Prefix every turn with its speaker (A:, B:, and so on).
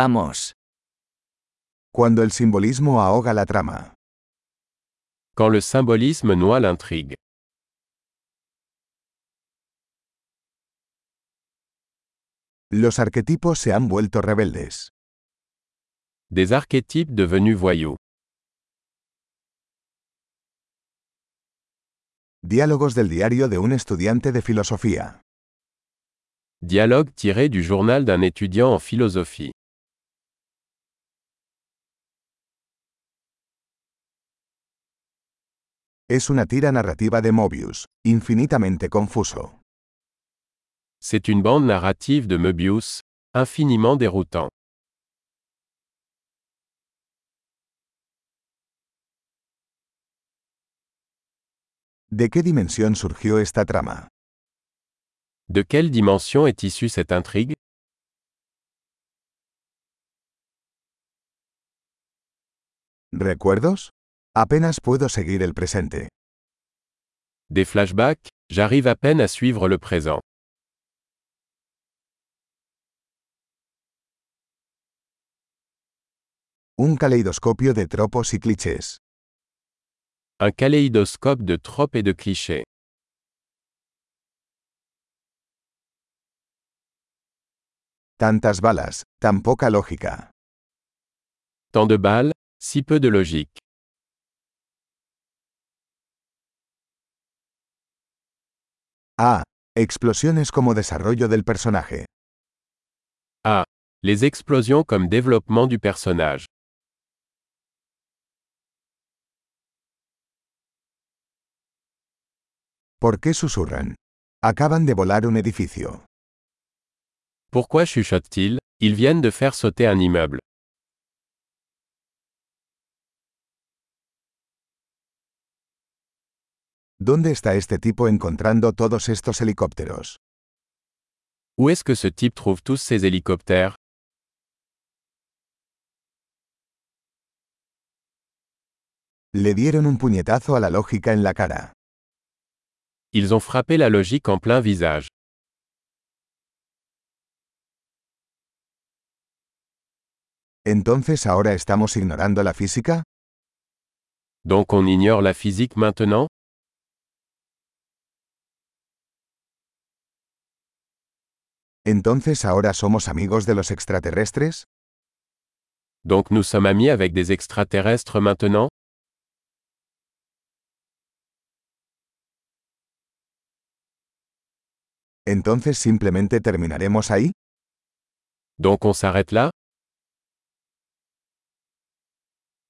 A: Vamos.
B: Cuando el simbolismo ahoga la trama.
C: Quand le symbolisme noie l'intrigue.
B: Los arquetipos se han vuelto rebeldes.
C: Des archétypes devenus voyous.
B: Diálogos del diario de un estudiante de filosofía.
C: Dialogue tiré du journal d'un étudiant en philosophie.
B: Es una tira narrativa de Mobius, infinitamente confuso.
C: C'est une bande narrative de Möbius, infiniment déroutant.
B: ¿De qué dimensión surgió esta trama?
C: De quelle dimension est issue cette intrigue
B: ¿Recuerdos? Apenas puedo seguir el presente.
C: Des flashbacks J'arrive à peine à suivre le présent.
B: Un caleidoscopio de tropos y clichés.
C: Un kaléidoscope de tropes et de clichés.
B: Tantas balas, tan poca lógica.
C: Tant de balles, si peu de logique.
B: Ah, explosiones como desarrollo del personaje.
C: Ah, les explosions comme développement du personnage.
B: ¿Por qué susurran? Acaban de volar un edificio.
C: Pourquoi chuchotent-ils Ils viennent de faire sauter un immeuble.
B: ¿Dónde está este tipo encontrando todos estos helicópteros?
C: Où est-ce que ce type trouve tous ces hélicoptères
B: Le dieron un puñetazo a la lógica en la cara.
C: Ils ont frappé la logique en plein visage.
B: ¿Entonces ahora estamos ignorando la física?
C: Donc on ignore la physique maintenant
B: ¿Entonces ahora somos amigos de los extraterrestres?
C: Donc nous sommes amis avec des extraterrestres maintenant
B: ¿Entonces simplemente terminaremos ahí?
C: Donc on s'arrête là